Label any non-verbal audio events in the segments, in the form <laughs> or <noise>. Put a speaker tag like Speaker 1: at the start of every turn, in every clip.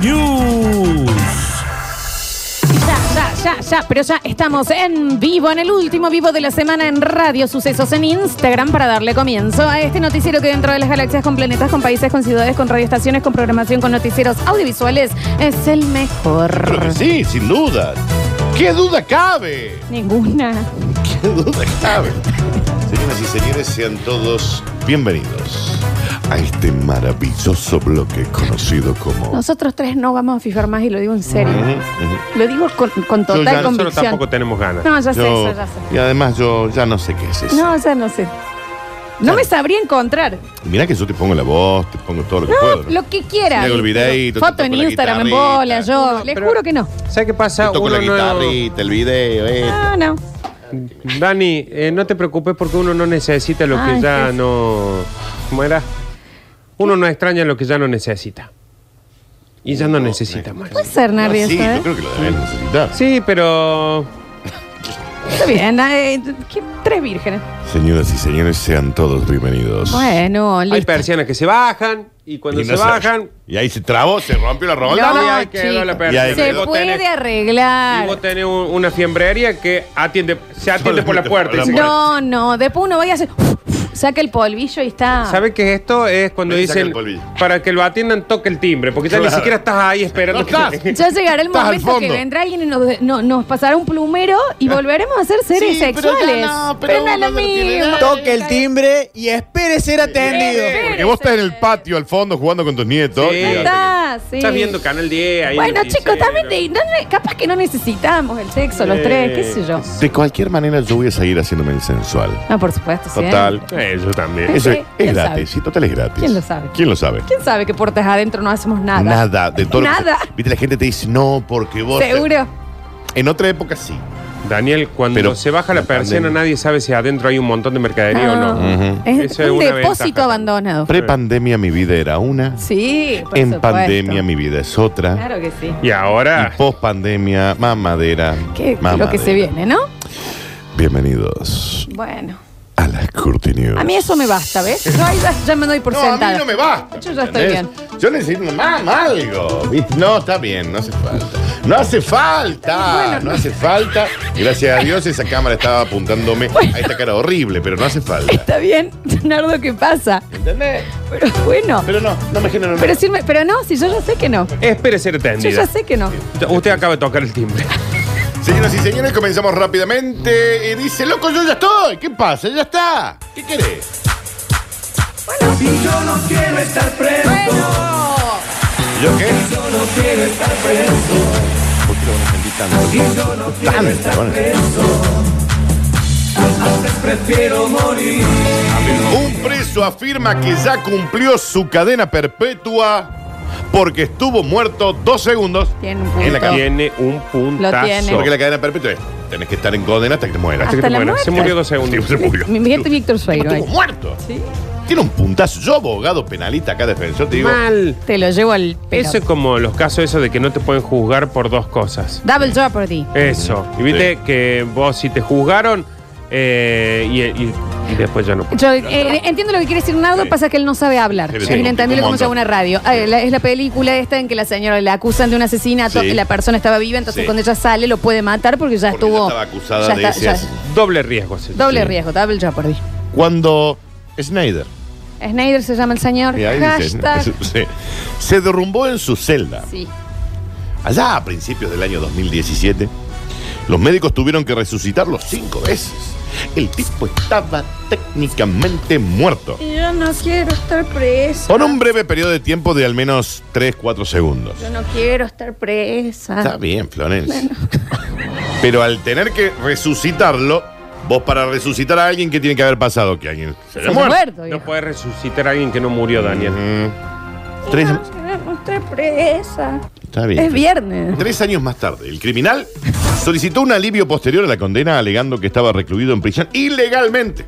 Speaker 1: News.
Speaker 2: Ya, ya, ya, ya, pero ya estamos en vivo, en el último vivo de la semana en Radio Sucesos en Instagram para darle comienzo a este noticiero que dentro de las galaxias, con planetas, con países, con ciudades, con radioestaciones, con programación, con noticieros audiovisuales, es el
Speaker 3: Claro que
Speaker 2: mejor.
Speaker 3: sí, sin duda. ¿Qué duda cabe?
Speaker 2: Ninguna.
Speaker 3: <laughs> ¿Qué duda cabe? Señoras y señores, sean todos bienvenidos a este maravilloso bloque conocido como...
Speaker 2: Nosotros tres no vamos a fijar más y lo digo en serio.
Speaker 3: Ujú, ujú.
Speaker 2: Lo digo con, con
Speaker 4: Yo
Speaker 2: total
Speaker 4: ya, nosotros
Speaker 2: convicción.
Speaker 4: tampoco tenemos ganas.
Speaker 2: No, ya sé,
Speaker 3: Yo-
Speaker 2: eso, ya sé.
Speaker 3: y además yo ya no sé qué es eso.
Speaker 2: No, ya no sé. No me sabría encontrar.
Speaker 3: Mirá que yo te pongo la voz, te pongo todo lo que puedo. ¿no?
Speaker 2: Lo que quiera.
Speaker 3: Me hago el videíto, te
Speaker 2: Foto
Speaker 3: toco
Speaker 2: en
Speaker 3: la
Speaker 2: Instagram, en
Speaker 3: guitarrita.
Speaker 2: bola, yo.
Speaker 4: No,
Speaker 2: Les
Speaker 4: pero-
Speaker 2: juro que no.
Speaker 4: ¿Sabes qué
Speaker 3: Te
Speaker 4: pasa?
Speaker 3: toco la
Speaker 4: Uno no...
Speaker 3: guitarrita, el video, eh. esto.
Speaker 2: No, no.
Speaker 4: Dani, eh, no te preocupes porque uno no necesita lo
Speaker 2: Ay,
Speaker 4: que ya
Speaker 2: qué-
Speaker 4: no... ¿Cómo era? Uno no extraña lo que ya no necesita. Y ya no,
Speaker 3: No,
Speaker 4: necesita
Speaker 3: no.
Speaker 4: más.
Speaker 2: Puede ser
Speaker 3: No,
Speaker 2: nervioso,
Speaker 3: Ah, sí,
Speaker 2: ¿eh?
Speaker 3: yo creo que lo deben necesitar.
Speaker 4: Sí, pero...
Speaker 2: Está bien, eh, ¿qué- tres vírgenes.
Speaker 3: Señoras y señores, sean todos bienvenidos.
Speaker 2: Bueno,
Speaker 4: Hay
Speaker 2: listo.
Speaker 4: persianas que se bajan y cuando
Speaker 3: Y no
Speaker 4: se bajan...
Speaker 3: Y ahí se trabó, se rompió la
Speaker 2: No,
Speaker 3: rola.
Speaker 4: Hola, ya quedó
Speaker 2: chico,
Speaker 4: la persona.
Speaker 3: Y
Speaker 2: se
Speaker 3: vos
Speaker 2: puede
Speaker 4: tenés- Y
Speaker 2: arreglar.
Speaker 4: vos tenés un- una fiembrería que atiende, se atiende por la
Speaker 3: Solamente
Speaker 4: puerta.
Speaker 3: por la
Speaker 4: y se-
Speaker 3: puerta.
Speaker 2: No, no, después uno vaya a hacer... Saca el polvillo y está...
Speaker 4: ¿Sabe qué es esto? Es cuando
Speaker 3: Ven, saca el
Speaker 4: dicen,
Speaker 3: polvillo.
Speaker 4: para que lo atiendan, toque el timbre, porque ya
Speaker 3: Claro.
Speaker 4: ni siquiera estás ahí esperando.
Speaker 3: No
Speaker 4: que-
Speaker 3: estás.
Speaker 2: Ya llegará el
Speaker 3: Estás al
Speaker 2: momento que
Speaker 3: fondo. Ah.
Speaker 2: vendrá alguien y nos, no- nos pasará un plumero y volveremos a ser seres
Speaker 3: Sí, pero ya
Speaker 2: sexuales.
Speaker 3: no, pero
Speaker 2: no es
Speaker 3: uno
Speaker 2: lo
Speaker 3: no tiene
Speaker 2: mismo.
Speaker 3: nada.
Speaker 5: Toque el timbre y espere ser atendido.
Speaker 2: Eh,
Speaker 3: Porque vos estás en el patio al fondo jugando con tus nietos.
Speaker 4: Sí.
Speaker 3: y-
Speaker 2: Ahí está, sí.
Speaker 4: Estás viendo Canal 10 ahí.
Speaker 2: Bueno,
Speaker 4: en el
Speaker 2: chicos,
Speaker 4: noticiero.
Speaker 2: también te- no ne- capaz que no necesitamos el sexo, los
Speaker 4: Eh,
Speaker 2: tres, qué sé yo.
Speaker 3: De cualquier manera, yo voy a seguir haciéndome el sensual.
Speaker 2: No, por supuesto, sí.
Speaker 3: Total.
Speaker 4: Eh, yo también.
Speaker 3: Eso
Speaker 2: Sí,
Speaker 3: es,
Speaker 2: ¿quién
Speaker 3: es gratis.
Speaker 2: sabe?
Speaker 3: Sí, total es gratis.
Speaker 2: ¿Quién lo sabe?
Speaker 3: ¿Quién lo sabe?
Speaker 2: ¿Quién sabe que puertas adentro no hacemos nada?
Speaker 3: Nada, de todo lo que-
Speaker 2: Nada.
Speaker 3: <laughs> Viste, la gente te dice, no, porque vos.
Speaker 2: Seguro.
Speaker 3: En otra época sí.
Speaker 4: Daniel, cuando
Speaker 3: Pero-
Speaker 4: se baja la
Speaker 3: la
Speaker 4: persiana,
Speaker 3: pandemia.
Speaker 4: nadie sabe si adentro hay un montón de mercadería o no.
Speaker 2: No. Ah. Es
Speaker 4: Eso es
Speaker 2: un
Speaker 4: una
Speaker 2: depósito
Speaker 4: ventaja.
Speaker 2: abandonado.
Speaker 3: Pre-pandemia mi vida era una.
Speaker 2: Sí, por
Speaker 3: en
Speaker 2: supuesto.
Speaker 3: pandemia mi vida es otra.
Speaker 2: Claro que sí.
Speaker 4: Y ahora,
Speaker 3: Y post-pandemia, mamadera.
Speaker 2: Que- lo
Speaker 3: mamadera.
Speaker 2: que se viene, ¿no?
Speaker 3: Bienvenidos
Speaker 2: Bueno.
Speaker 3: a las Curti News.
Speaker 2: A mí eso me basta, ¿ves? Yo ahí ya, ya me doy por
Speaker 3: No,
Speaker 2: sentada.
Speaker 3: a mí no me basta.
Speaker 2: Yo ya estoy
Speaker 3: ¿entendés? Yo necesito más algo. ¿viste? No, está bien, no hace falta. No hace falta. no hace falta. Gracias a Dios esa cámara estaba apuntándome a esta cara horrible, pero no hace falta.
Speaker 2: Está bien, Leonardo, ¿qué pasa?
Speaker 3: ¿Entendés?
Speaker 2: Pero bueno.
Speaker 3: Pero no, no me genera
Speaker 2: Pero, sí me- pero no, si yo ya sé que no.
Speaker 4: espere ser
Speaker 2: Yo
Speaker 4: atendida.
Speaker 2: ya sé que no.
Speaker 4: Usted acaba de tocar
Speaker 2: <laughs>
Speaker 4: el timbre.
Speaker 3: Señoras y señores, comenzamos rápidamente. Y dice, loco, yo ya estoy. ¿Qué pasa? Ya está. ¿Qué querés?
Speaker 2: Bueno.
Speaker 3: ¿Y ¿Yo qué? ¿Por qué lo van a sentir tanto? Tanto, van a sentir. Un preso afirma que ya cumplió su cadena perpetua porque estuvo muerto dos segundos
Speaker 2: Tiene un punto.
Speaker 3: en la cadena.
Speaker 4: Tiene un puntazo.
Speaker 2: tiene.
Speaker 3: Porque la cadena perpetua es, tenés que estar en condena hasta que te mueras.
Speaker 4: Hasta que
Speaker 2: Hasta
Speaker 4: te
Speaker 2: la
Speaker 4: mueras. Se
Speaker 2: muerte.
Speaker 4: murió dos
Speaker 3: Sí,
Speaker 4: segundos.
Speaker 3: se murió.
Speaker 2: Mi gente Víctor Sueiro. eh.
Speaker 3: Estuvo
Speaker 2: Ah, ahí.
Speaker 3: muerto.
Speaker 2: Sí.
Speaker 3: Tiene un puntazo. Yo, abogado penalista acá defensor, te digo,
Speaker 4: Mal.
Speaker 2: Te lo llevo al
Speaker 4: Eso es
Speaker 2: pelote.
Speaker 4: como los casos esos de que no te pueden juzgar por dos cosas.
Speaker 2: Double Jeopardy.
Speaker 4: Eso. Y viste que vos si te juzgaron eh, y, y- y después ya no.
Speaker 2: Yo eh, entiendo lo que quiere decir Nardo,
Speaker 3: Sí.
Speaker 2: pasa que él no sabe hablar.
Speaker 3: Sí,
Speaker 2: Es
Speaker 3: sí.
Speaker 2: Inentendible
Speaker 3: Un
Speaker 2: cómo se llama
Speaker 3: montón.
Speaker 2: una radio. Ah, la- es la película esta en que la señora la acusan de un asesinato,
Speaker 3: Sí.
Speaker 2: la persona estaba viva, entonces
Speaker 3: Sí.
Speaker 2: cuando ella sale lo puede matar porque ya
Speaker 3: Porque
Speaker 2: estuvo.
Speaker 3: ya estaba acusada
Speaker 2: ya
Speaker 3: de
Speaker 2: está-
Speaker 3: ese
Speaker 2: ya-
Speaker 3: asesinato.
Speaker 4: Doble riesgo. se-
Speaker 2: Doble
Speaker 4: sí.
Speaker 2: riesgo, double jeopardy.
Speaker 3: cuando Snyder
Speaker 2: Snyder se llama el señor.
Speaker 3: mira, ahí dice,
Speaker 2: Hashtag.
Speaker 3: <laughs> se, se derrumbó en su celda.
Speaker 2: Sí.
Speaker 3: Allá a principios del año 2017, los médicos tuvieron que resucitarlo cinco veces. El tipo estaba técnicamente muerto.
Speaker 2: Yo no quiero estar presa.
Speaker 3: Por un breve periodo de tiempo de al menos 3-4 segundos.
Speaker 2: Yo no quiero estar presa.
Speaker 3: Está bien, Florencia. <laughs> Pero al tener que resucitarlo, vos para resucitar a alguien, ¿qué tiene que haber pasado? Que alguien se
Speaker 2: Se
Speaker 3: haya
Speaker 2: ha
Speaker 3: muerto.
Speaker 2: muerto,
Speaker 4: No
Speaker 2: viejo.
Speaker 4: puede resucitar a alguien que no murió, Daniel.
Speaker 3: Ujú. Tres,
Speaker 2: No estar presa.
Speaker 3: está bien.
Speaker 2: Es viernes.
Speaker 3: Tres años más tarde, el criminal solicitó un alivio posterior a la condena alegando que estaba recluido en prisión ilegalmente.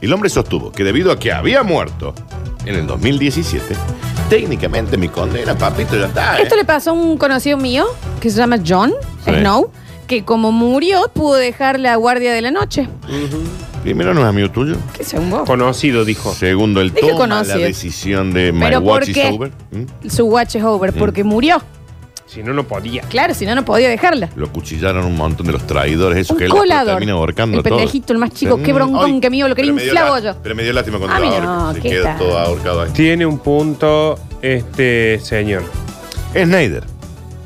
Speaker 3: El hombre sostuvo que debido a que había muerto en el 2017, técnicamente mi condena, papito, ya está. ¿eh?
Speaker 2: Esto le pasó a un conocido mío que se llama John
Speaker 3: Sí.
Speaker 2: Snow, que como murió pudo dejar la guardia de la noche.
Speaker 3: Primero no es amigo tuyo.
Speaker 2: ¿Qué sé un vos?
Speaker 4: Conocido, dijo.
Speaker 3: Segundo, él
Speaker 2: Dije
Speaker 3: toma
Speaker 2: conocido.
Speaker 3: la decisión de My
Speaker 2: Pero
Speaker 3: Watch
Speaker 2: ¿por
Speaker 3: is
Speaker 2: qué?
Speaker 3: Over. ¿Mm?
Speaker 2: Su watch is over, porque murió.
Speaker 4: Si no, no podía.
Speaker 2: Claro, si no, no podía dejarla.
Speaker 3: Lo cuchillaron un montón de los traidores, eso que
Speaker 2: Un
Speaker 3: él
Speaker 2: colador.
Speaker 3: termina ahorcando
Speaker 2: El
Speaker 3: a todos. Mm,
Speaker 2: pendejito, el más chico, qué broncón
Speaker 3: ay,
Speaker 2: que mío, lo quería
Speaker 3: pero me dio
Speaker 2: inflabo
Speaker 3: lá-
Speaker 2: yo.
Speaker 3: Pero me dio lástima cuando
Speaker 2: A
Speaker 3: lo
Speaker 2: mí
Speaker 3: ahorca,
Speaker 2: no,
Speaker 3: se
Speaker 2: ¿qué
Speaker 3: queda
Speaker 2: tal?
Speaker 3: todo ahorcado ahí.
Speaker 4: Tiene un punto este señor.
Speaker 3: Snyder.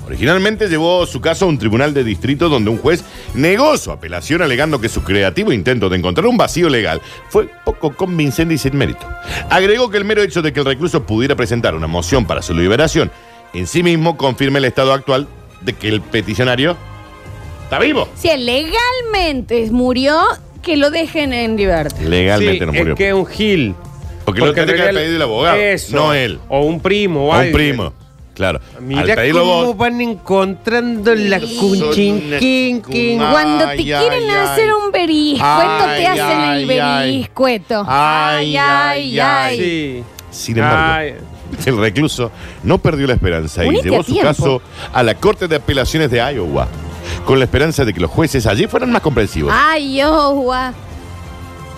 Speaker 3: Originalmente llevó su caso a un tribunal de distrito donde un juez negó su apelación alegando que su creativo intento de encontrar un vacío legal fue poco convincente y sin mérito. Agregó que el mero hecho de que el recluso pudiera presentar una moción para su liberación en sí mismo confirma el estado actual de que el peticionario está vivo.
Speaker 2: Si él legalmente murió, que lo dejen en libertad.
Speaker 3: Legalmente
Speaker 4: Sí,
Speaker 3: no murió.
Speaker 4: Es que es un gil.
Speaker 3: Porque lo
Speaker 4: en
Speaker 3: tendría que haber
Speaker 4: realidad-
Speaker 3: pedido el abogado,
Speaker 4: Eso.
Speaker 3: no él.
Speaker 4: O un primo o
Speaker 3: A un
Speaker 4: alguien.
Speaker 3: primo. Claro. Al
Speaker 4: Mira
Speaker 3: pedirlo
Speaker 4: cómo
Speaker 3: vos.
Speaker 4: van encontrando la cunchinquinquin.
Speaker 3: Ay,
Speaker 2: Cuando te
Speaker 3: ay,
Speaker 2: quieren
Speaker 3: ay.
Speaker 2: hacer un beriscueto,
Speaker 3: Ay,
Speaker 2: te hacen el
Speaker 3: ay, ay.
Speaker 2: beriscueto.
Speaker 3: Ay, ay, ay.
Speaker 4: Sí.
Speaker 3: Sin embargo,
Speaker 4: Ay.
Speaker 3: <laughs> el recluso no perdió la esperanza y
Speaker 2: Unite
Speaker 3: llevó
Speaker 2: a
Speaker 3: su
Speaker 2: tiempo.
Speaker 3: caso a la Corte de Apelaciones de Iowa, con la esperanza de que los jueces allí fueran más comprensivos.
Speaker 2: Ay, Iowa.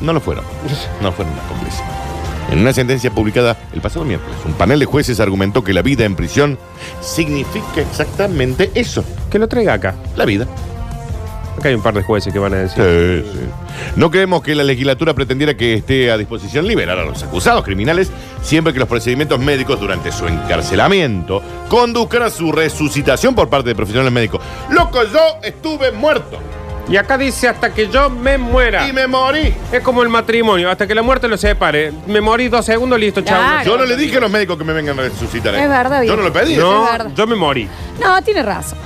Speaker 3: No lo fueron. <laughs> No fueron más comprensivos. En una sentencia publicada el pasado miércoles, un panel de jueces argumentó que la vida en prisión significa exactamente eso,
Speaker 4: Que lo traiga acá.
Speaker 3: la vida.
Speaker 4: Acá hay un par de jueces que van a decir.
Speaker 3: Sí, sí. No creemos que la legislatura pretendiera que esté a disposición liberar a los acusados criminales siempre que los procedimientos médicos durante su encarcelamiento conduzcan a su resucitación por parte de profesionales médicos. Loco, yo estuve muerto
Speaker 4: Y acá dice hasta que yo me muera.
Speaker 2: Ah.
Speaker 3: y me morí.
Speaker 4: Es como el matrimonio, hasta que la muerte lo separe. Me morí dos segundos, listo, chao.
Speaker 2: Claro.
Speaker 3: Yo no le dije a los médicos que me vengan a resucitar. ¿eh?
Speaker 2: Es verdad,
Speaker 3: Yo
Speaker 2: bien.
Speaker 3: no lo pedí.
Speaker 2: Es
Speaker 4: No,
Speaker 2: verdad.
Speaker 4: yo me morí.
Speaker 2: No, tiene razón.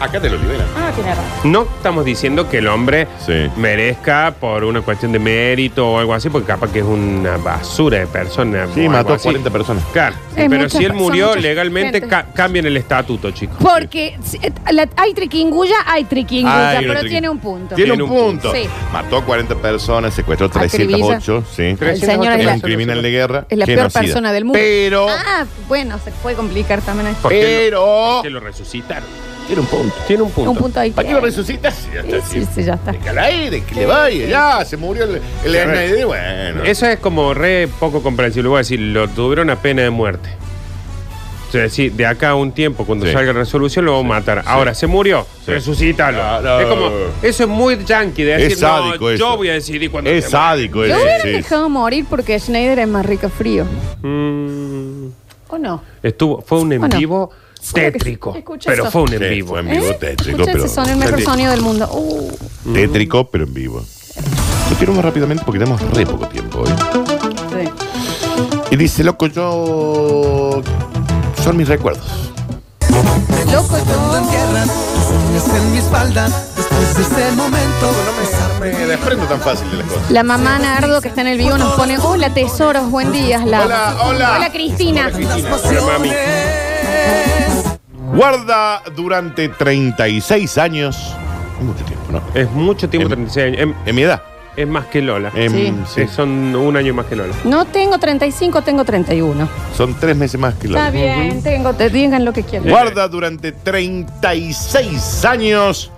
Speaker 3: Acá te lo liberan.
Speaker 2: Ah, tiene razón.
Speaker 4: No estamos diciendo que el hombre
Speaker 3: Sí.
Speaker 4: merezca por una cuestión de mérito o algo así, porque capaz que es una basura de persona.
Speaker 3: Sí,
Speaker 4: o
Speaker 3: mató
Speaker 4: algo
Speaker 3: a
Speaker 4: así.
Speaker 3: 40 personas.
Speaker 4: Claro,
Speaker 2: Es
Speaker 4: pero
Speaker 2: mucha-
Speaker 4: si él
Speaker 2: son
Speaker 4: murió
Speaker 2: mucha
Speaker 4: legalmente,
Speaker 2: gente.
Speaker 4: ca- cambian el estatuto, chicos.
Speaker 2: Porque si- eh, la- hay triquinguya, hay triquinguya,
Speaker 3: Ay, una
Speaker 2: pero
Speaker 3: triqui-
Speaker 2: tiene un punto.
Speaker 3: Tiene, un punto.
Speaker 2: Sí. Ah,
Speaker 3: Mató a 40 personas, secuestró
Speaker 2: Acribilla.
Speaker 3: 308. Sí.
Speaker 2: El señor es
Speaker 3: Era
Speaker 2: la-
Speaker 3: un criminal de guerra.
Speaker 2: Es la peor
Speaker 3: genocida.
Speaker 2: persona del mundo.
Speaker 3: Pero.
Speaker 2: Ah, bueno, se puede complicar también. ahí.
Speaker 4: ¿Por qué
Speaker 3: Pero.
Speaker 4: lo, que lo resucitaron.
Speaker 3: Tiene un punto.
Speaker 4: Tiene un punto.
Speaker 2: Un punto ahí.
Speaker 3: ¿Para qué lo resucitas? Ya
Speaker 2: Sí,
Speaker 3: está.
Speaker 2: sí, sí, ya está.
Speaker 3: Déjala ahí, de que le vaya, ya, se murió el, el
Speaker 4: Claro.
Speaker 3: Snyder, bueno.
Speaker 4: Eso es como re poco comprensible. Voy a decir, lo tuvieron a pena de muerte. O sea, decir, de acá a un tiempo, cuando
Speaker 3: Sí.
Speaker 4: salga la resolución, lo vamos a matar. Ahora, se murió,
Speaker 3: Sí.
Speaker 4: resucítalo.
Speaker 3: No, no.
Speaker 4: Es como, eso es muy yankee de decir,
Speaker 3: Es sádico
Speaker 4: no,
Speaker 3: eso.
Speaker 4: yo voy a decidir cuando
Speaker 3: es sádico
Speaker 2: Lo
Speaker 3: ese.
Speaker 2: hubieran
Speaker 3: sí.
Speaker 2: dejado morir porque Schneider es más rico frío. ¿O no?
Speaker 4: Mm. Estuvo, fue un en
Speaker 2: Bueno,
Speaker 4: vivo
Speaker 2: seguro que
Speaker 4: tétrico,
Speaker 2: sí. Escucha
Speaker 4: pero
Speaker 2: eso.
Speaker 4: fue un en
Speaker 3: Sí,
Speaker 4: vivo.
Speaker 3: fue en vivo,
Speaker 2: ¿Eh?
Speaker 3: tétrico,
Speaker 2: Escucha
Speaker 3: pero.
Speaker 2: ese sonido, el mejor sonido del mundo. Uh,
Speaker 3: Tétrico, pero en vivo. Lo quiero más rápidamente porque tenemos re poco tiempo hoy.
Speaker 2: sí.
Speaker 3: Y dice, loco, yo. Son mis recuerdos.
Speaker 2: Loco,
Speaker 6: Cuando
Speaker 2: yo.
Speaker 6: entierran tus uñas en mi espalda, después de ese momento,
Speaker 3: Me desprendo tan fácil de las cosas.
Speaker 2: La mamá Nardo que está en el vivo nos pone, hola tesoros, buen día. La...
Speaker 3: Hola, hola.
Speaker 2: Hola Cristina.
Speaker 6: las
Speaker 4: mami.
Speaker 6: pasiones.
Speaker 3: Guarda durante 36 años. Es mucho tiempo, ¿no?
Speaker 4: Es mucho tiempo,
Speaker 3: En-
Speaker 4: 36 años. Em-
Speaker 3: En mi edad.
Speaker 4: Es, más que Lola.
Speaker 3: Em,
Speaker 2: Sí.
Speaker 3: sí,
Speaker 4: Eh, Son un año más que Lola.
Speaker 2: No tengo 35, tengo 31.
Speaker 3: Son tres meses más que la
Speaker 2: Está bien, tengo, te digan lo que quieran.
Speaker 3: Guarda durante 36 años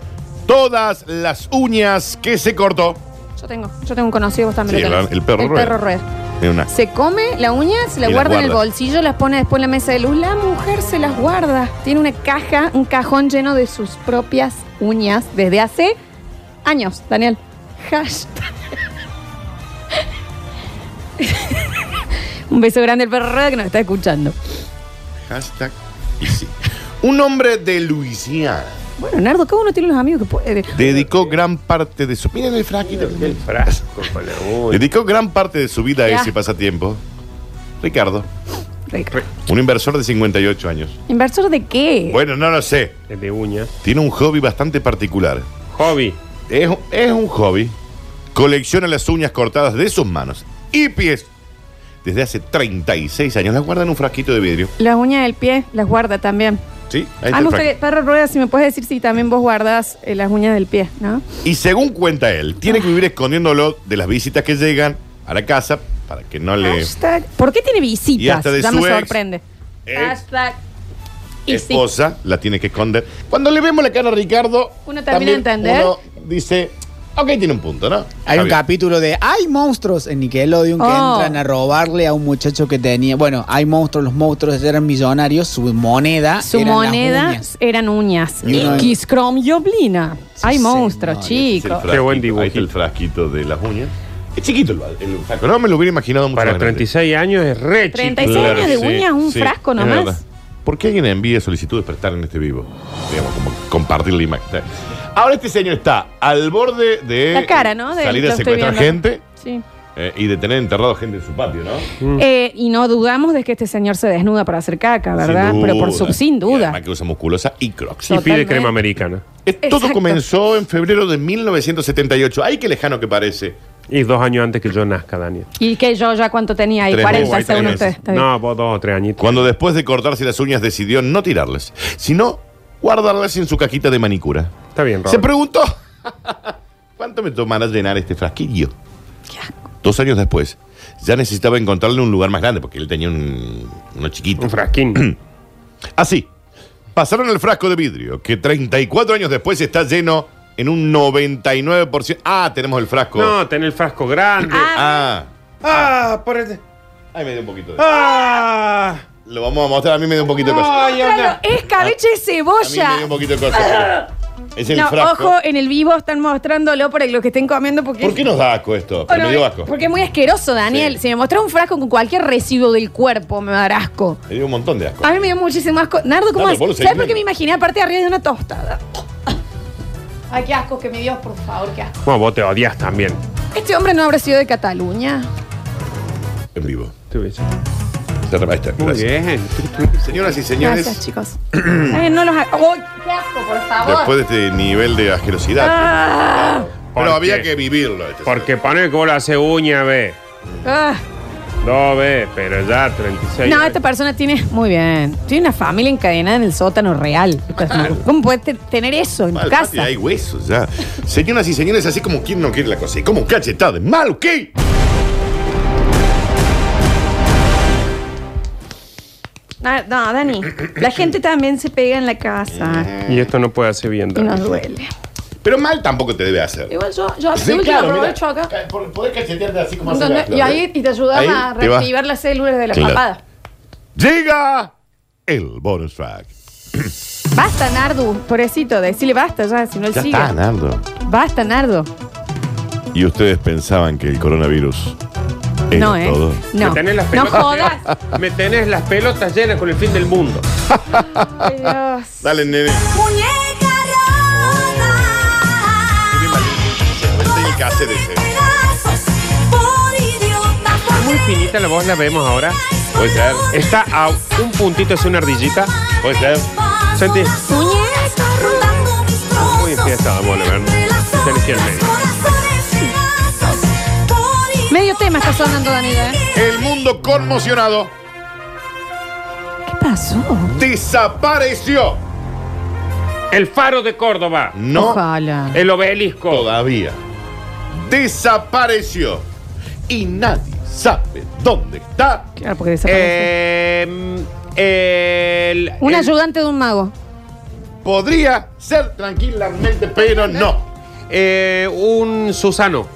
Speaker 3: todas las uñas que se cortó.
Speaker 2: Yo tengo, yo tengo un conocido, vos también
Speaker 3: Sí,
Speaker 2: lo tenés.
Speaker 3: el perro
Speaker 2: El
Speaker 3: Rueda.
Speaker 2: perro Rueda.
Speaker 3: De una.
Speaker 2: Se come la uña, se la
Speaker 3: Y las
Speaker 2: guarda, en el
Speaker 3: guarda.
Speaker 2: bolsillo, las pone después en la mesa de luz. La mujer se las guarda. Tiene una caja, un cajón lleno de sus propias uñas desde hace años, Daniel. Hashtag. <laughs> un beso grande al perro Rueda que nos está escuchando.
Speaker 3: Hashtag y sí. Un hombre de Luisiana
Speaker 2: Bueno, Nardo, cada uno tiene los amigos que puede.
Speaker 3: dedicó gran parte de su. Miren el frasquito.
Speaker 4: El frasco con la uña.
Speaker 3: Dedicó gran parte de su vida a
Speaker 2: Ya.
Speaker 3: ese pasatiempo. Ricardo,
Speaker 2: Rico.
Speaker 3: un inversor de 58 años.
Speaker 2: ¿Inversor de qué?
Speaker 3: Bueno, no lo sé.
Speaker 4: El de uña.
Speaker 3: Tiene un hobby bastante particular.
Speaker 4: Hobby.
Speaker 3: Es, es un hobby. Colecciona las uñas cortadas de sus manos y pies. Desde hace 36 años las guarda en un frasquito de vidrio.
Speaker 2: Las uñas del pie las guarda también.
Speaker 3: Sí, ahí
Speaker 2: Ah,
Speaker 3: está el
Speaker 2: me
Speaker 3: frasquito.
Speaker 2: gustaría, perro Rueda, si me puedes decir si también vos guardas eh, las uñas del pie, ¿no? Ah.
Speaker 3: Y según cuenta él, tiene que vivir escondiéndolo de las visitas que llegan a la casa para que no le.
Speaker 2: Hashtag- ¿Por qué tiene visitas?
Speaker 3: Y hasta de
Speaker 2: ya
Speaker 3: su
Speaker 2: me
Speaker 3: ex.
Speaker 2: sorprende.
Speaker 3: Ex.
Speaker 2: Hashtag. Y sí.
Speaker 3: esposa la tiene que esconder. Cuando le vemos la cara a Ricardo,
Speaker 2: Uno termina de
Speaker 3: también
Speaker 2: entender.
Speaker 3: Uno dice, ok, tiene un punto, ¿no?
Speaker 5: Hay
Speaker 3: Está
Speaker 5: un
Speaker 3: bien.
Speaker 5: capítulo de Hay monstruos en Nickelodeon que
Speaker 2: Oh.
Speaker 5: entran a robarle a un muchacho que tenía. Bueno, hay monstruos, los monstruos eran millonarios, su moneda.
Speaker 2: Su
Speaker 5: eran las
Speaker 2: moneda
Speaker 5: uñas.
Speaker 2: eran uñas.
Speaker 5: Y uno-
Speaker 2: Nicky Scrum y Oblina. Hay monstruos,
Speaker 5: señor.
Speaker 3: Es el
Speaker 2: chicos.
Speaker 3: frasquito,
Speaker 4: Qué buen
Speaker 3: Ahí está
Speaker 4: dibujito.
Speaker 3: el frasquito de las uñas. Es chiquito el, el frasco. No me lo hubiera imaginado mucho
Speaker 4: Para
Speaker 3: más grande.
Speaker 4: 36 años es re chico.
Speaker 2: 36 años de
Speaker 3: sí,
Speaker 2: uñas, un
Speaker 3: sí,
Speaker 2: frasco
Speaker 3: es verdad.
Speaker 2: nomás.
Speaker 3: ¿Por qué alguien envía solicitudes para estar en este vivo? Digamos, como compartir la imagen. Ahora este señor está al borde de
Speaker 2: La cara, ¿no? De-
Speaker 3: salir
Speaker 2: lo
Speaker 3: a
Speaker 2: estoy
Speaker 3: secuestrar
Speaker 2: viendo.
Speaker 3: gente
Speaker 2: Sí.
Speaker 3: eh, y de tener enterrado gente en su patio, ¿no?
Speaker 5: Mm.
Speaker 2: Eh, y no dudamos de que este señor se desnuda para hacer caca, ¿verdad?
Speaker 3: Sin
Speaker 2: Pero por
Speaker 3: duda.
Speaker 2: su, sin
Speaker 3: Y
Speaker 2: duda.
Speaker 3: además que usa musculosa y crocs.
Speaker 4: Y pide
Speaker 2: Totalmente.
Speaker 4: crema americana.
Speaker 3: Eh, Todo
Speaker 2: Exacto.
Speaker 3: comenzó en febrero de 1978. ¡Ay, qué lejano que parece!
Speaker 4: Y dos años antes que yo nazca, Daniel.
Speaker 2: Y que yo ya cuánto tenía ahí,
Speaker 3: Tres
Speaker 2: 40
Speaker 3: meses,
Speaker 2: según
Speaker 3: tres
Speaker 2: usted.
Speaker 3: meses.
Speaker 2: Está bien.
Speaker 4: No, vos dos o tres añitos.
Speaker 3: Cuando después de cortarse las uñas decidió no tirarlas, sino guardarlas en su cajita de manicura.
Speaker 4: Está bien,
Speaker 3: Se
Speaker 4: Robert.
Speaker 3: preguntó, <laughs> ¿cuánto me tomará llenar este frasquillo? Dos años después, ya necesitaba encontrarle un lugar más grande, porque él tenía un, uno chiquito. <clears throat>
Speaker 4: Un frasquín.
Speaker 3: Así, pasaron el frasco de vidrio, que 34 años después está lleno en un 99%. Ah, tenemos el frasco.
Speaker 4: no, ten el frasco grande.
Speaker 3: Ah,
Speaker 4: Ah, por el-
Speaker 3: ahí me dio un poquito de...
Speaker 4: Ah,
Speaker 3: Lo vamos a mostrar, a mí me dio un poquito de cosa.
Speaker 4: ay,
Speaker 2: Claro,
Speaker 4: anda.
Speaker 2: es cabeche de
Speaker 3: A mí me dio
Speaker 2: cebolla.
Speaker 3: un poquito de cosa. Es el
Speaker 2: No,
Speaker 3: frasco.
Speaker 2: ojo, en el vivo están mostrándolo para lo que estén comiendo porque.
Speaker 3: ¿Por qué nos da asco esto? Pero
Speaker 2: Bueno,
Speaker 3: me dio
Speaker 2: eh,
Speaker 3: asco.
Speaker 2: Porque es muy asqueroso, Daniel.
Speaker 3: Sí.
Speaker 2: Si me mostrás un frasco con cualquier residuo del cuerpo, me va a dar asco.
Speaker 3: Me dio un montón de asco.
Speaker 2: A mí me dio muchísimo asco. Nardo, ¿cómo
Speaker 3: Nardo,
Speaker 2: haces?
Speaker 3: vos lo
Speaker 2: ¿Sabes
Speaker 3: seguís
Speaker 2: por qué me
Speaker 3: viendo.
Speaker 2: imaginé aparte arriba de una tostada? <coughs> Ay, qué asco que me dio, por favor, qué asco.
Speaker 4: Bueno, vos te odias también.
Speaker 2: Este hombre no habrá sido de Cataluña.
Speaker 3: En vivo.
Speaker 4: Te ves.
Speaker 3: Se re- Ahí está,
Speaker 4: Muy
Speaker 3: gracias.
Speaker 4: bien.
Speaker 3: Señoras y señores,
Speaker 2: Gracias,
Speaker 3: <coughs>
Speaker 2: chicos. Ay, no los ha- Ay, qué asco, por favor!
Speaker 3: después de este nivel de asquerosidad,
Speaker 2: Ah,
Speaker 3: pero
Speaker 4: ¿Por
Speaker 3: había
Speaker 4: qué?
Speaker 3: que vivirlo. este
Speaker 4: Porque pone que vos la hace uña, ve.
Speaker 2: ah.
Speaker 4: No, ve, pero ya 36.
Speaker 2: No,
Speaker 4: años.
Speaker 2: esta persona tiene. Muy bien. Tiene una familia encadenada en el sótano
Speaker 3: <laughs>
Speaker 2: real. ¿Cómo puedes te- tener eso en tu
Speaker 3: señor. Mal, Mati,
Speaker 2: casa?
Speaker 3: Hay huesos ya. Señoras y señores, así como quien no quiere la cosa. Y como un cachetado de malo, ¿qué?
Speaker 2: Ah, No, Dani.
Speaker 3: <clears throat>
Speaker 2: La gente también se pega en la casa.
Speaker 4: Y esto no puede hacer bien,
Speaker 2: Y
Speaker 4: Dani.
Speaker 2: nos duele.
Speaker 3: Pero mal tampoco te debe hacer.
Speaker 2: Igual yo, yo
Speaker 3: Sí,
Speaker 2: de última
Speaker 3: claro, mira,
Speaker 2: aprovecho acá.
Speaker 3: ca- por- Podés cachetearte así como hace la
Speaker 2: ¿entendés?
Speaker 3: flor,
Speaker 2: Y
Speaker 3: ¿eh?
Speaker 2: ahí y te ayudas
Speaker 3: Ahí
Speaker 2: a
Speaker 3: te va.
Speaker 2: reactivar las células de la
Speaker 3: Claro.
Speaker 2: papada.
Speaker 3: Llega el bonus track.
Speaker 2: Basta, Nardu. Pobrecito, decirle basta ya, si no él
Speaker 3: Ya
Speaker 2: sigue.
Speaker 3: está, Nardo.
Speaker 2: Basta, Nardo.
Speaker 3: ¿Y ustedes pensaban que el coronavirus era
Speaker 2: no, ¿eh?
Speaker 3: todo?
Speaker 2: No.
Speaker 4: Me tenés las
Speaker 2: No
Speaker 4: pelotas
Speaker 2: jodas.
Speaker 4: llenas. Me tenés las pelotas llenas con el fin del mundo. <laughs>
Speaker 2: Ay, Dios.
Speaker 3: Dale, nene.
Speaker 7: Muñeca rota,
Speaker 3: Vete y cásete, ese.
Speaker 7: pedazos, por idiota, por
Speaker 4: Muy finita la voz, la vemos ahora.
Speaker 3: Puede ser,
Speaker 4: Está a un puntito, es una ardillita.
Speaker 3: puede ser.
Speaker 7: trampas,
Speaker 4: Sentí.
Speaker 7: unas uñas, rondando mis
Speaker 4: Muy
Speaker 7: trozos,
Speaker 4: enfiestada, bueno, a ver.
Speaker 7: entre las
Speaker 4: Está en el cielo,
Speaker 7: horas,
Speaker 4: medio.
Speaker 7: corazones, pedazos, por idiota.
Speaker 2: Medio tema está sonando, Danida. ¿eh?
Speaker 3: El mundo conmocionado
Speaker 2: ¿Qué pasó?
Speaker 3: desapareció.
Speaker 4: El faro de Córdoba.
Speaker 3: No Eh,
Speaker 2: Ojalá.
Speaker 4: El obelisco.
Speaker 3: todavía. Desapareció. Y nadie sabe dónde está.
Speaker 2: Claro, Ah, porque desaparece.
Speaker 4: Eh, el,
Speaker 2: Un
Speaker 3: eh,
Speaker 4: el-
Speaker 2: ayudante de un mago.
Speaker 3: Podría ser tranquilamente, pero no.
Speaker 4: eh, un Susano.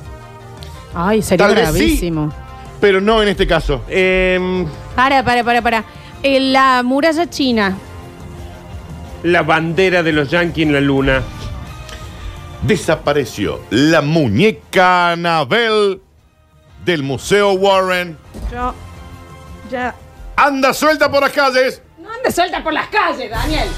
Speaker 2: Ay, sería
Speaker 3: Tal vez
Speaker 2: gravísimo.
Speaker 3: Pero no en este caso.
Speaker 4: Eh,
Speaker 2: Para, para, para, para. En la muralla china.
Speaker 4: la bandera de los Yankees en la luna.
Speaker 3: Desapareció la muñeca Anabel del Museo Warren.
Speaker 2: Yo. Ya.
Speaker 3: Anda suelta por las calles.
Speaker 2: No andes suelta por las calles, Daniel.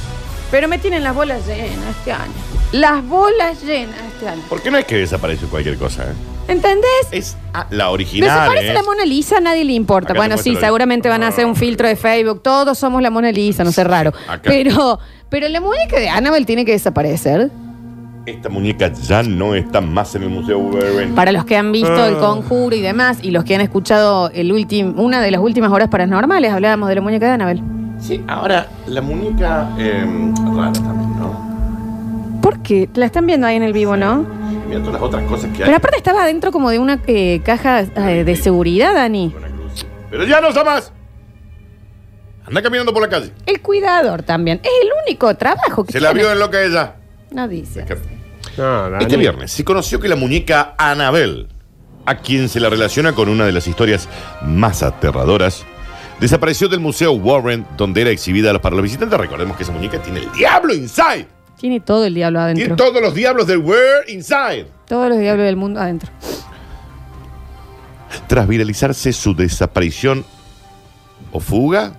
Speaker 2: Pero me tienen las bolas llenas este año. Las bolas llenas este año.
Speaker 3: Porque no es que desapareció cualquier cosa. ¿eh?
Speaker 2: ¿Entendés?
Speaker 3: Es ah, la original.
Speaker 2: Desaparece
Speaker 3: ¿eh?
Speaker 2: la Mona Lisa, a nadie le importa.
Speaker 3: Acá te
Speaker 2: bueno,
Speaker 3: muestro
Speaker 2: sí,
Speaker 3: la-
Speaker 2: seguramente van a hacer un filtro de Facebook. Todos somos la Mona Lisa, no sé raro.
Speaker 3: acá.
Speaker 2: Pero, pero la muñeca de Annabelle tiene que desaparecer.
Speaker 3: Esta muñeca ya no está más en el Museo Warren.
Speaker 2: Para los que han visto
Speaker 3: Ah.
Speaker 2: El Conjuro y demás, y los que han escuchado el ultim- una de las últimas horas paranormales, hablábamos de la muñeca de Annabelle.
Speaker 3: Sí, ahora la muñeca eh, rara también, ¿no?
Speaker 2: ¿Por qué? La están viendo ahí en el vivo, ¿no?
Speaker 3: mira todas las otras cosas que hay.
Speaker 2: Pero aparte estaba adentro como de una eh, caja eh, de seguridad, Dani.
Speaker 3: Una cruz. Pero ya no está más. Anda caminando por la calle.
Speaker 2: El cuidador también. Es el único trabajo que
Speaker 3: Se la
Speaker 2: tiene.
Speaker 3: vio en loca ella.
Speaker 2: No dice.
Speaker 4: No, Dani.
Speaker 3: Este viernes se conoció que la muñeca Anabel, a quien se la relaciona con una de las historias más aterradoras, desapareció del Museo Warren, donde era exhibida para los visitantes. Recordemos que esa muñeca tiene el diablo inside.
Speaker 2: Tiene todo el diablo
Speaker 3: Tiene
Speaker 2: adentro.
Speaker 3: todos los diablos del World Inside.
Speaker 2: Todos los diablos del mundo adentro. <laughs>
Speaker 3: Tras viralizarse su desaparición o fuga,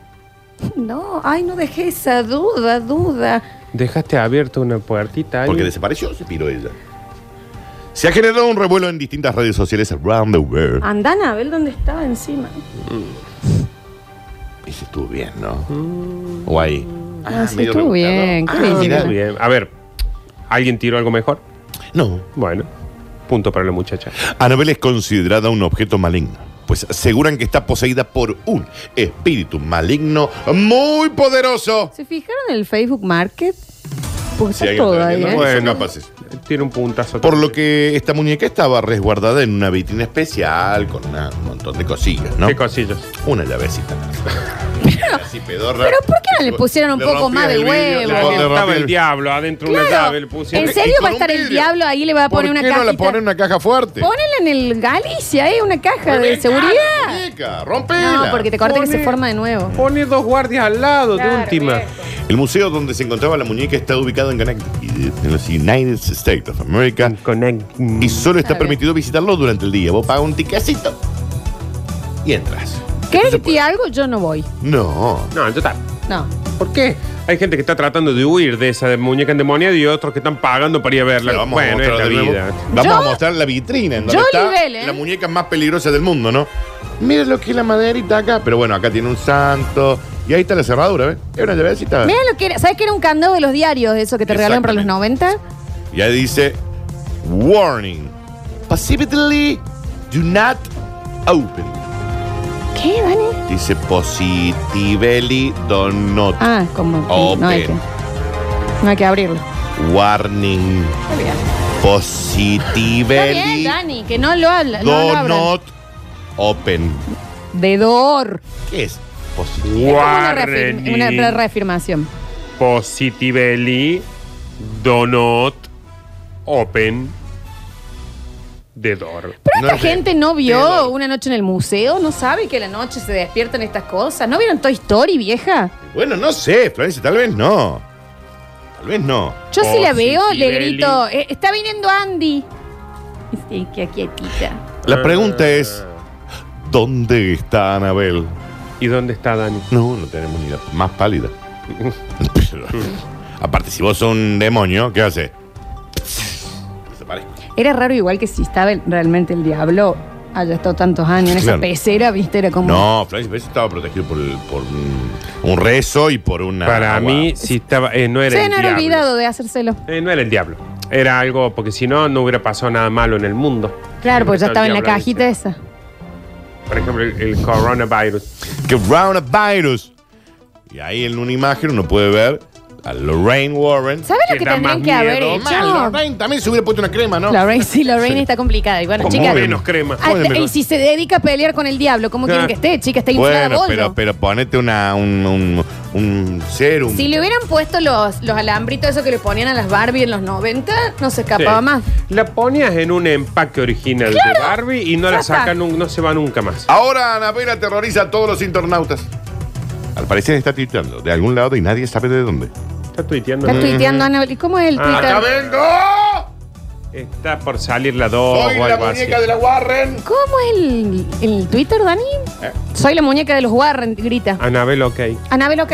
Speaker 2: No, ay, no dejé esa duda, duda.
Speaker 4: Dejaste abierta una puertita ahí.
Speaker 3: porque desapareció, se piró ella. Se ha generado un revuelo en distintas redes sociales around the world.
Speaker 2: Andana, a ver dónde estaba encima.
Speaker 3: Ese estuvo bien, ¿no?
Speaker 2: Mm.
Speaker 3: O ahí. Ah,
Speaker 2: sí,
Speaker 3: medio
Speaker 2: estuvo
Speaker 3: rebuscado.
Speaker 2: bien, qué
Speaker 3: Ah,
Speaker 2: bien.
Speaker 3: mirá.
Speaker 4: Bien. A ver, ¿alguien tiró algo mejor?
Speaker 3: No.
Speaker 4: Bueno, punto para la muchacha.
Speaker 3: Anabel es considerada un objeto maligno, pues aseguran que está poseída por un espíritu maligno muy poderoso.
Speaker 2: ¿Se fijaron en el Facebook Market? Pues
Speaker 3: Si
Speaker 2: está
Speaker 3: alguien
Speaker 2: todo
Speaker 3: está
Speaker 2: ahí,
Speaker 3: vendiendo,
Speaker 2: ¿eh?
Speaker 3: bueno.
Speaker 4: Bueno,
Speaker 3: capaces.
Speaker 4: tiene un puntazo.
Speaker 3: Por lo que esta muñeca estaba resguardada en una vitrina especial con una- un montón de cosillas, ¿no?
Speaker 4: ¿Qué cosillos?
Speaker 3: Una llavecita. Así pedorra.
Speaker 2: <laughs> pero ¿por qué no le pusieron un
Speaker 3: Le
Speaker 2: poco
Speaker 3: rompí
Speaker 2: más de
Speaker 3: el vidrio,
Speaker 2: huevo?
Speaker 3: le
Speaker 2: Claro,
Speaker 3: rompí el
Speaker 4: estaba el
Speaker 3: vidrio.
Speaker 4: diablo adentro de una llave, le pusieron.
Speaker 2: ¿En serio
Speaker 3: Y pues, con
Speaker 2: va a
Speaker 3: un
Speaker 2: estar el
Speaker 3: vidrio.
Speaker 2: diablo ahí? ¿Le va a
Speaker 3: ¿Por
Speaker 2: poner Ah, una
Speaker 3: qué
Speaker 2: caja?
Speaker 3: no le ponen una caja fuerte?
Speaker 2: Ponela en el Galicia, ¿eh? Una caja de
Speaker 3: Ponela,
Speaker 2: seguridad.
Speaker 3: muñeca, rompela.
Speaker 2: No, porque te corta que se
Speaker 4: Pone-
Speaker 2: forma de nuevo.
Speaker 4: Pone dos guardias al lado de última.
Speaker 3: El museo donde se encontraba la muñeca está ubicado en Connecticut, en los United States of America. Y solo está
Speaker 2: Mm, Está bien.
Speaker 3: permitido visitarlo durante el día. Vos pagas un tiquecito y entras.
Speaker 2: ¿Querés
Speaker 3: se
Speaker 2: que te diga algo? Yo no voy.
Speaker 3: No.
Speaker 4: No, yo está.
Speaker 2: No.
Speaker 3: Eh.
Speaker 4: ¿Por qué? Hay gente que está tratando de huir de esa muñeca endemoniada y otros que están pagando para ir a verla.
Speaker 3: Pero vamos a
Speaker 4: bueno, es
Speaker 3: mostrar
Speaker 4: la
Speaker 3: de nuevo.
Speaker 4: vida.
Speaker 3: Vamos
Speaker 2: Yo-
Speaker 3: a mostrar la vitrina en donde
Speaker 2: Yo
Speaker 3: está
Speaker 2: nivel, ¿eh?
Speaker 3: la muñeca más peligrosa del mundo, ¿no? Mira lo que es la maderita acá. Pero bueno, acá tiene un santo. Y ahí está la cerradura, ¿ves? Es una llavecita.
Speaker 2: Mira lo que era. ¿Sabes que era un candado de los diarios, eso que te regalaron para los 90?
Speaker 3: Y ahí dice: Warning. Possibly do not open.
Speaker 2: ¿Qué, Dani?
Speaker 3: Dice positively do not
Speaker 2: Ah, como. que No hay que,
Speaker 3: open.
Speaker 2: no hay que abrirlo.
Speaker 3: Warning.
Speaker 2: Está bien. Está bien,
Speaker 3: Positively
Speaker 2: Dani, que no lo habla.
Speaker 3: do
Speaker 2: No lo abran.
Speaker 3: not open.
Speaker 2: De dor.
Speaker 3: ¿Qué es? Positively.
Speaker 2: Es como una, reafirma-
Speaker 4: Guardi.
Speaker 2: una re- reafirmación.
Speaker 4: Positively Donut Open The Door.
Speaker 2: Pero
Speaker 3: No
Speaker 2: esta
Speaker 3: sé.
Speaker 2: gente no
Speaker 3: De
Speaker 2: vio
Speaker 3: dor.
Speaker 2: una noche en el museo, no sabe que a la noche se despiertan estas cosas. ¿No vieron Toy Story, vieja?
Speaker 3: Bueno, no sé, Florencia, tal vez no. Tal vez no.
Speaker 2: Yo si la
Speaker 4: Positivelli.
Speaker 2: veo, le grito, "Eh, está viniendo Andy. Y se queda quietita.
Speaker 3: La pregunta es, ¿dónde está Anabel?
Speaker 4: ¿Y dónde está Dani?
Speaker 3: No, no tenemos ni la más pálida. <laughs> Pero, aparte, si vos sos un demonio, ¿qué haces? Desaparezco.
Speaker 2: Era raro igual que si estaba el- realmente el diablo. Haya estado tantos años en esa
Speaker 3: Claro.
Speaker 2: pecera, viste, era como...
Speaker 3: No, Florencia, pero eso estaba protegido por, el- por un, un rezo y por una...
Speaker 4: Para
Speaker 3: agua.
Speaker 4: mí, si estaba. eh, no era
Speaker 2: se
Speaker 4: el
Speaker 2: han
Speaker 4: diablo.
Speaker 2: olvidado de hacérselo.
Speaker 4: Eh, no era el diablo. Era algo, porque si no, no hubiera pasado nada malo en el mundo.
Speaker 2: Claro, porque ya estaba en la
Speaker 4: Diablo,
Speaker 2: cajita
Speaker 4: dice.
Speaker 2: esa.
Speaker 4: Por ejemplo, el, el coronavirus.
Speaker 3: que coronavirus. Y ahí en una imagen uno puede ver a Lorraine Warren.
Speaker 2: ¿Sabes lo
Speaker 4: Que
Speaker 2: que
Speaker 4: da
Speaker 2: tendrían
Speaker 4: más
Speaker 2: que haber
Speaker 4: miedo.
Speaker 2: hecho?
Speaker 3: Mal, Lorraine también se hubiera puesto una crema, ¿no?
Speaker 2: Lorraine, sí, Lorraine está complicada. Y bueno,
Speaker 4: Como
Speaker 2: chicas.
Speaker 4: menos crema.
Speaker 2: Ah,
Speaker 3: Bueno,
Speaker 2: y si se dedica a pelear con el diablo, ¿cómo quieren que esté, chica? Está inflada
Speaker 3: Bueno,
Speaker 2: bollo.
Speaker 3: pero, pero ponete una, un, un, un serum.
Speaker 2: Si le hubieran puesto los, los alambritos esos que le ponían a las Barbie en los 90, no se escapaba
Speaker 4: Sí.
Speaker 2: más.
Speaker 4: La ponías en un empaque original de Barbie y no
Speaker 2: Ya
Speaker 4: la
Speaker 2: está. Ah.
Speaker 4: sacan, nun- no se va nunca más.
Speaker 3: Ahora Anabel aterroriza a todos los internautas. Al parecer está titulando de algún lado y nadie sabe de dónde.
Speaker 4: Está tuiteando.
Speaker 2: Está
Speaker 4: ¿no?
Speaker 2: tuiteando Anabel. ¿Y cómo es el
Speaker 4: Ah,
Speaker 2: Twitter?
Speaker 3: ¡Acá vengo!
Speaker 4: Está por salir la 2
Speaker 3: Soy
Speaker 4: o
Speaker 3: la
Speaker 4: algo así.
Speaker 3: muñeca de la Warren.
Speaker 2: ¿Cómo es el, el Twitter, Dani?
Speaker 3: Eh.
Speaker 2: Soy la muñeca de los Warren, grita.
Speaker 4: Anabel, ok.
Speaker 2: Anabel, ok.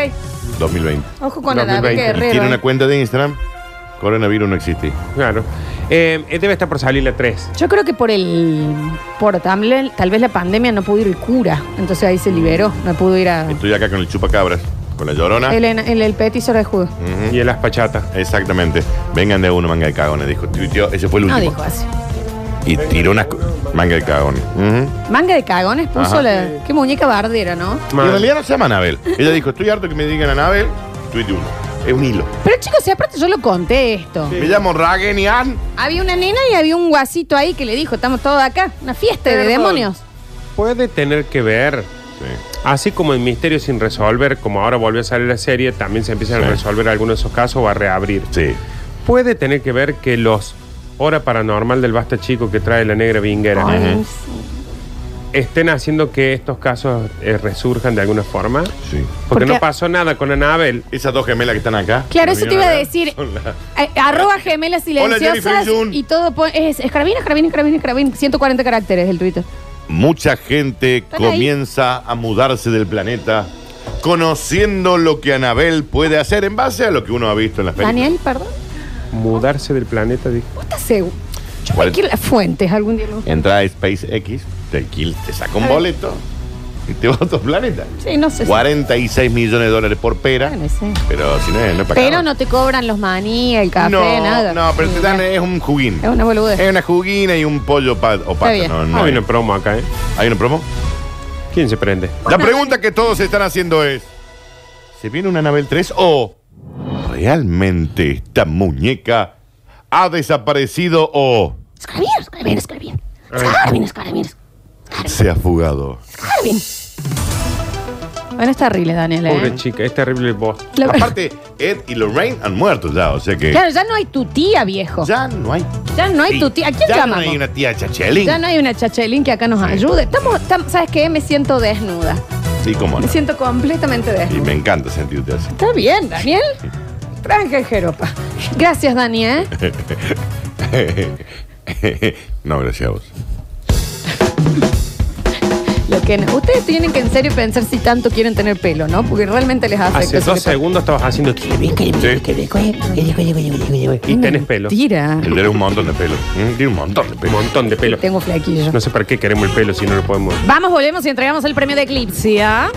Speaker 3: 2020.
Speaker 2: Ojo con Anabel
Speaker 4: 2020.
Speaker 3: Y
Speaker 2: Guerrero.
Speaker 3: tiene una
Speaker 2: eh.
Speaker 3: cuenta de Instagram. Coronavirus no existe.
Speaker 4: Claro. Eh, debe estar por salir la 3.
Speaker 2: Yo creo que por el. Por también, tal vez la pandemia no pudo ir el cura. Entonces ahí se liberó. No pudo ir a.
Speaker 3: Estoy acá con el chupacabras, con la llorona.
Speaker 2: El, el, el Petit Orejudo.
Speaker 3: Ujú.
Speaker 4: Y el aspachata.
Speaker 3: Exactamente. Vengan de uno, manga de cagones, dijo. Tuiteó, ese fue el
Speaker 2: No
Speaker 3: último.
Speaker 2: dijo así.
Speaker 3: y tiró unas. co- Manga de cagones. Ujú.
Speaker 2: Manga de cagones puso
Speaker 3: Ajá.
Speaker 2: la. Qué muñeca bardera, ¿no?
Speaker 3: Y en realidad no se llama Anabel. Ella dijo, estoy harto que me digan Anabel. Tuite uno. Es un hilo.
Speaker 2: Pero chicos, si aparte yo lo conté esto.
Speaker 3: Me llamo Ragen y Ann.
Speaker 2: Había una nena y había un guasito ahí que le dijo, estamos todos acá, una fiesta de
Speaker 4: Perdón.
Speaker 2: demonios.
Speaker 4: Puede tener que ver. Así como en Misterio sin resolver, como ahora volvió a salir la serie, también se empiezan a
Speaker 3: Sí.
Speaker 4: resolver algunos de esos casos o a reabrir.
Speaker 3: Sí.
Speaker 4: Puede tener que ver que los hora paranormal del basta chico que trae la negra vinguera ¿eh?
Speaker 3: Ay,
Speaker 4: estén haciendo que estos casos eh, resurjan de alguna forma.
Speaker 3: Sí.
Speaker 2: Porque-
Speaker 4: Porque no pasó nada con Anabel.
Speaker 3: Esas dos gemelas que están acá.
Speaker 2: Claro,
Speaker 3: que
Speaker 2: eso te
Speaker 3: vinieron
Speaker 2: iba a
Speaker 3: acá,
Speaker 2: decir.
Speaker 3: son las-
Speaker 2: Eh, Arroba
Speaker 3: <laughs>
Speaker 2: gemelas
Speaker 3: Jennifer
Speaker 2: silenciosas
Speaker 3: Jun.
Speaker 2: y todo po- es escarabina, escarabina, escarabina, escarabina, 140 caracteres el Twitter.
Speaker 3: Mucha gente
Speaker 2: Están ahí.
Speaker 3: comienza a mudarse del planeta conociendo lo que Anabel puede hacer en base a lo que uno ha visto en las películas.
Speaker 2: Daniel, perdón.
Speaker 4: Mudarse del planeta, dijo.
Speaker 2: ¿Vos estás seguro? Yo
Speaker 3: ¿Cuál?
Speaker 2: me quiero las fuentes algún día. ¿no?
Speaker 3: Entra a SpaceX, te, alquil- te saca un
Speaker 2: A ver.
Speaker 3: boleto y te va a otro planeta.
Speaker 2: Sí, no sé. si-
Speaker 3: 46 millones de dólares por pera.
Speaker 2: Bueno, sí.
Speaker 3: Pero si no, es- no es para
Speaker 2: Pero
Speaker 3: cada
Speaker 2: no te cobran los maní, el café,
Speaker 3: no,
Speaker 2: nada.
Speaker 3: No, pero te dan, Eh.
Speaker 2: Es
Speaker 3: es un juguín.
Speaker 2: una boludez.
Speaker 3: Es una juguina y un pollo pa- o pata.
Speaker 2: bien.
Speaker 3: No, no
Speaker 4: No hay
Speaker 3: hay.
Speaker 4: una promo acá, ¿eh?
Speaker 3: ¿Hay una promo?
Speaker 4: ¿Quién se prende?
Speaker 3: La pregunta que todos están haciendo es: ¿se viene una Anabel 3 o realmente esta muñeca ha desaparecido o
Speaker 2: Escarabina, escarabina, escarabina. Escarabina, escarabina.
Speaker 3: se ha fugado?
Speaker 2: Bueno, está horrible, Daniel. ¿eh?
Speaker 4: Pobre chica, es terrible voz.
Speaker 2: La-
Speaker 3: Aparte, Ed y Lorraine han muerto ya, o sea que
Speaker 2: Claro, ya no hay tu tía, viejo. Ya,
Speaker 3: ya no hay.
Speaker 2: no hay tu tía. ¿A quién
Speaker 3: ya
Speaker 2: llamamos?
Speaker 3: no hay una tía Chachelin.
Speaker 2: Ya no hay una chachelín que acá nos ayude. Estamos, tam- ¿Sabes qué? Me siento desnuda.
Speaker 3: Sí, cómo no.
Speaker 2: Me siento completamente
Speaker 3: Y
Speaker 2: desnuda.
Speaker 3: me encanta sentirte así. <laughs>
Speaker 2: Está bien, Daniel. Tranca y jeropa. Gracias, ¿eh?
Speaker 4: <laughs>
Speaker 2: Daniel.
Speaker 3: no, gracias a vos.
Speaker 2: Lo que no- Ustedes tienen que en serio pensar si tanto quieren tener pelo, ¿no? Porque realmente les afecta. eso
Speaker 4: Hace dos
Speaker 2: que pasa.
Speaker 4: segundos estabas haciendo... Y tenés pelo.
Speaker 2: Mentira.
Speaker 3: Él tiene un montón de pelo. Mm, Tiene un montón de
Speaker 4: Un
Speaker 3: pelo.
Speaker 4: montón de pelo.
Speaker 2: Tengo flequillo.
Speaker 4: No sé para qué queremos el pelo si no lo podemos...
Speaker 2: Vamos, volvemos y entregamos el premio de Eclipse. ¿ah?